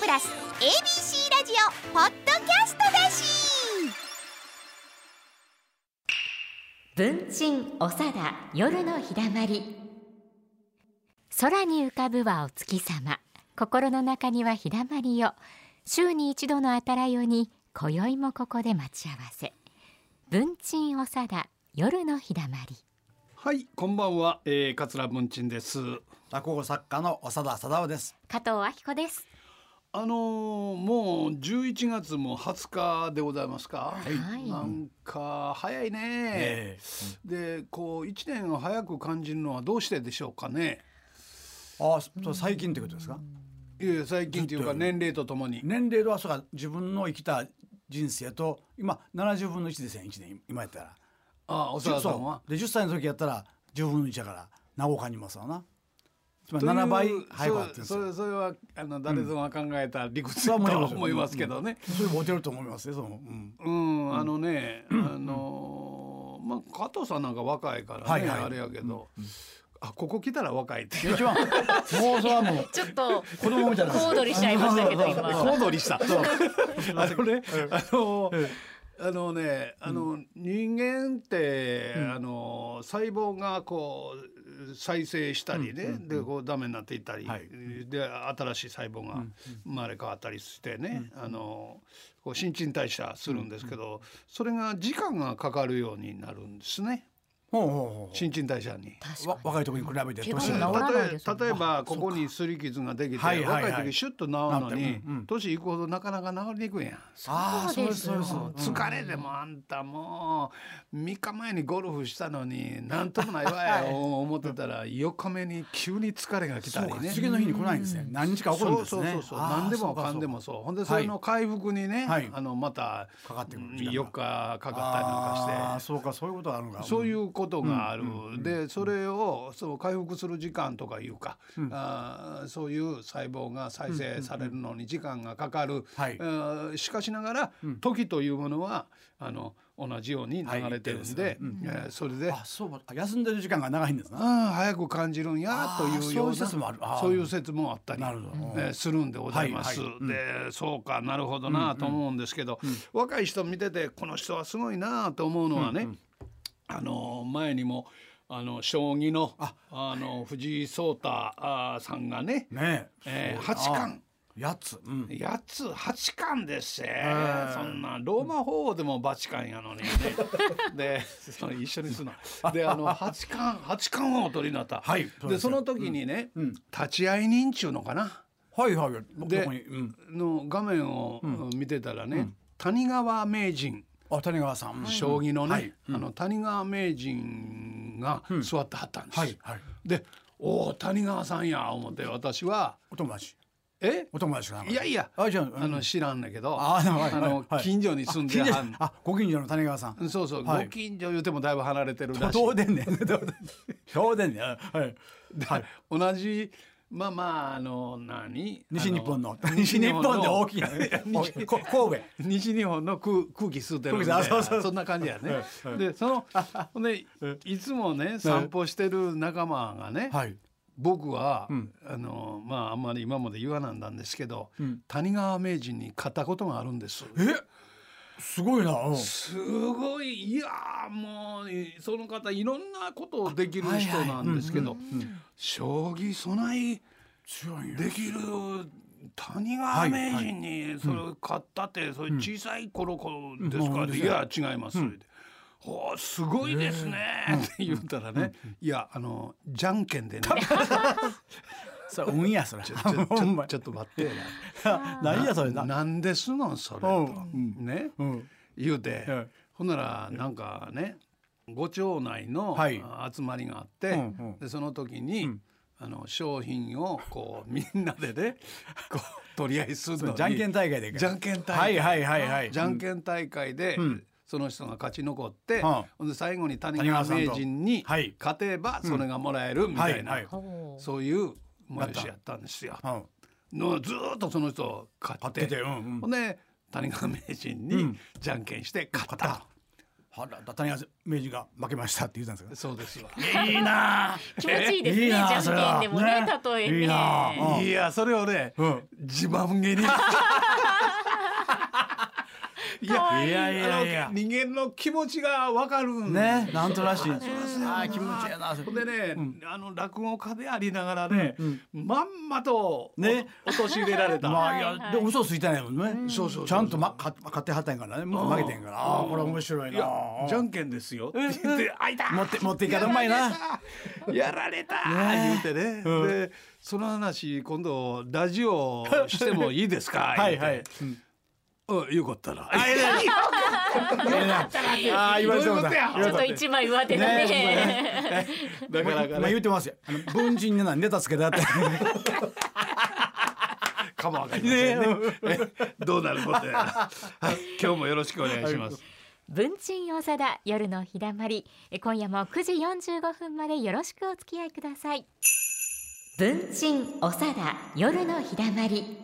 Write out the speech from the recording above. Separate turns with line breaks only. プラス ABC ラジオポッドキャストだし
文鎮おさだ夜のひだまり空に浮かぶはお月様心の中にはひだまりよ週に一度のあたらよに今宵もここで待ち合わせ文鎮おさだ夜のひだまり
はい、こんばんは、えー、桂文鎮です。
落語作家の長田貞夫です。
加藤明子です
あのーもう11月も20日でございますか。
はいはい
なんか早いね、
え
で、こう一年を早く感じるのはどうしてでしょうかね。
ああ、そう最近ってことですか。
いや最近というか
ずっと
年齢とともに。
年齢のあそうか自分の生きた人生と今70分の1ですね1年今やったら。
ああ、おさらさんは
そう。で10歳の時やったら10分の1だから名を感じますわな。つま
と
り
いう
7倍早くなってるんです
それ
よ。
それはあの誰ぞが考えた理屈
う
だ
ん
と
それは
は
もちろん
思いますけどね。
それモテると思いますね。そのうん。
うん、あのね、あのーまあ加藤さんなんか若いからね、
はいはい
あれやけど、あここ来たら若いって。
いや一番もうそれはもう
ちょっと
子供みたいな。
小躍りしちゃいましたけど今
小躍りした。あのね、あの
ええ
あのね、あの、人間って、あの細胞がこう再生したりね、でこうダメになっていったり、
はい
で新しい細胞が生まれ変わったりしてね、あのこう新陳代謝するんですけど、それが時間がかかるようになるんですね、
ほうほうほう
新陳代謝に。
確
わ若い時に比べて
怪我
例
も
が
治らない
え
ですよね
例えばここに擦り傷ができて、
はいはいはい
若い時シュッと治るの
なって
に
るうんうん
年いくほどなかなか治りにくいやん。
ああ
そ
そうう
で
ですす
よ
そうです。
疲れでもあんたもう3日前にゴルフしたのになんともない わよ思ってたら4日目に急に疲れが来た
そう
り
か
ね。
次の日に来ないんですね。何日か起こるん
そうそ
です
う
ね。
そうそう
ああ
何で
そ
も
うか
かんでも
そう
そうほんでそれの回復にね、
はい
あのまた
かかってくる時間が
4日かかっ
か
たりなん
あ
か
あ
して。
そうかそういうことがあるのか。
そういうことがある、でそれをその回復する時間とかいうか、あーそういう細胞が再生されるのに時間がかかる、
はい
うんしかしながら、時というものはあの同じように流れてるんで、
はい
えーそれで、あ
あ、そうあ休んでる時間が長いんですな。
あー早く感じるんや
あ
と
ー
いうような
そういう説もあるあー
そういう説もあったり、
なるほど
えーするんでございます。
はいはいうん
でそうかなるほどなと思うんですけど、若い人見ててこの人はすごいなと思うのはね、あの前にもあの将棋のあの藤井聡太あーさんがね、
ね
え
え
ー。八冠
八つ。うん。
やつ八冠ですよ
ー
そんなローマ法王でもバチカンやのに ねでその一緒にするなであの八冠八冠王取りになった、
はいそう
で
です
そ
よ
の時にね、
うんうん
立ち会い人中のかな
はいはいはい。
で
どこにうん。
の画面を見てたらね、谷川名人
あ、谷川さん。
将棋のね、
はい
あの谷川名人が座ってはったんです、
はいはい。
で「おお谷川さんや」思って私は
お友達。
「え
お友達かな。
いやいや
あ、じゃあ
あの知らんねんけど
あはいはい
あの
はい
近所に住んではん
近所あ、ご近所の谷川さん。
そうそう、
はい
ご近所言うてもだいぶ離れてるらしい
東 電ね。東電ね。はい。はい。
同じまあまああの何
西日本の
あの
西日本で大きな
西日
こ神戸。
西日本の空空気吸ってるんで
空気吸うそうそう
そんな感じやね
はい
でその ほんでいつもね散歩してる仲間がね
はい。
僕は、
ん
あのまああんまり今まで言わなんだんですけど、
ん
谷川名人に勝ったことがあるんです。
え、すごいな。うん
すごいいやーもうその方いろんなことをできる人なんですけど、将棋そない
強いよ。
できる谷川名人にそれ買ったってそれ小さい頃からですか、
うんうん
いや違います、ほうすごいですね って言ったらね、いやあのじゃんけんでねちょ
そう、運やそれ。
ちょ
ほんま
ちょっと待ってよな
何やそれな。
なんですのんそれ
う
と
ん
ね
うん。
言うて、
うん
ほんならなんかねご町内の
はい
あ集まりがあって、
うんうん
でその時に、あの商品をこう みんなでねこう取り合いするのに
じゃんけん大会で。
じゃんけん大会
はいはいはいはい。
じゃんけん大会で、
ん
その人が勝ち残って、
はあ
ほんで最後に谷川名人に
谷川さんとはい
勝てばそれがもらえるみたいな、
はいは
ほう
そういう催しやったんですよ。
うん。うん。
のずーっとその人勝っ
買っててて、うんうん
ほんで谷川名人
う
に
ん
じゃんけんして勝ったと。
はら谷川名人が負けましたって言ったんです
そうですわ。
がいいなあ
気持ちいいですね
え
じ
なあ
ゃん
それは
けんでもね例えね
いいなあうん
いやそれをね、
うん
自慢げ にい
かわいい
いやいやいや
あの人間の気持ちがわかるん
ねなんとらしいあ
よ
ー気持ちやなそれ
ほんでね、あの落語家でありながらね、
うん
まんまと
ね
陥れられた、
まあい
はいは
や
い
でも嘘ついてないもんね
そうそうそう
ちゃんとまか勝ってはったんやからねもう負けてんからああこれ面白い
い
な
や
あ
じゃんけんですよ。
え
で、あいた。
持って持っていかれうまいな。
やられた。言
ね
うてね。
うん
で、その話今度ラジオしてもいいですか。
はいはい
言うて。うん、よかったら。
ああ言われても
どういうこと
だ
ち
や
ょっと一枚上手だね
だから
まあ言ってますよあの文人になネタつけだって
かもわかりま せんね。 どうなることやら。 はい今日もよろしくお願いします。
文鎮大貞夜の日だまりえ今夜も9時45分までよろしくお付き合いください文鎮大貞夜の日だまり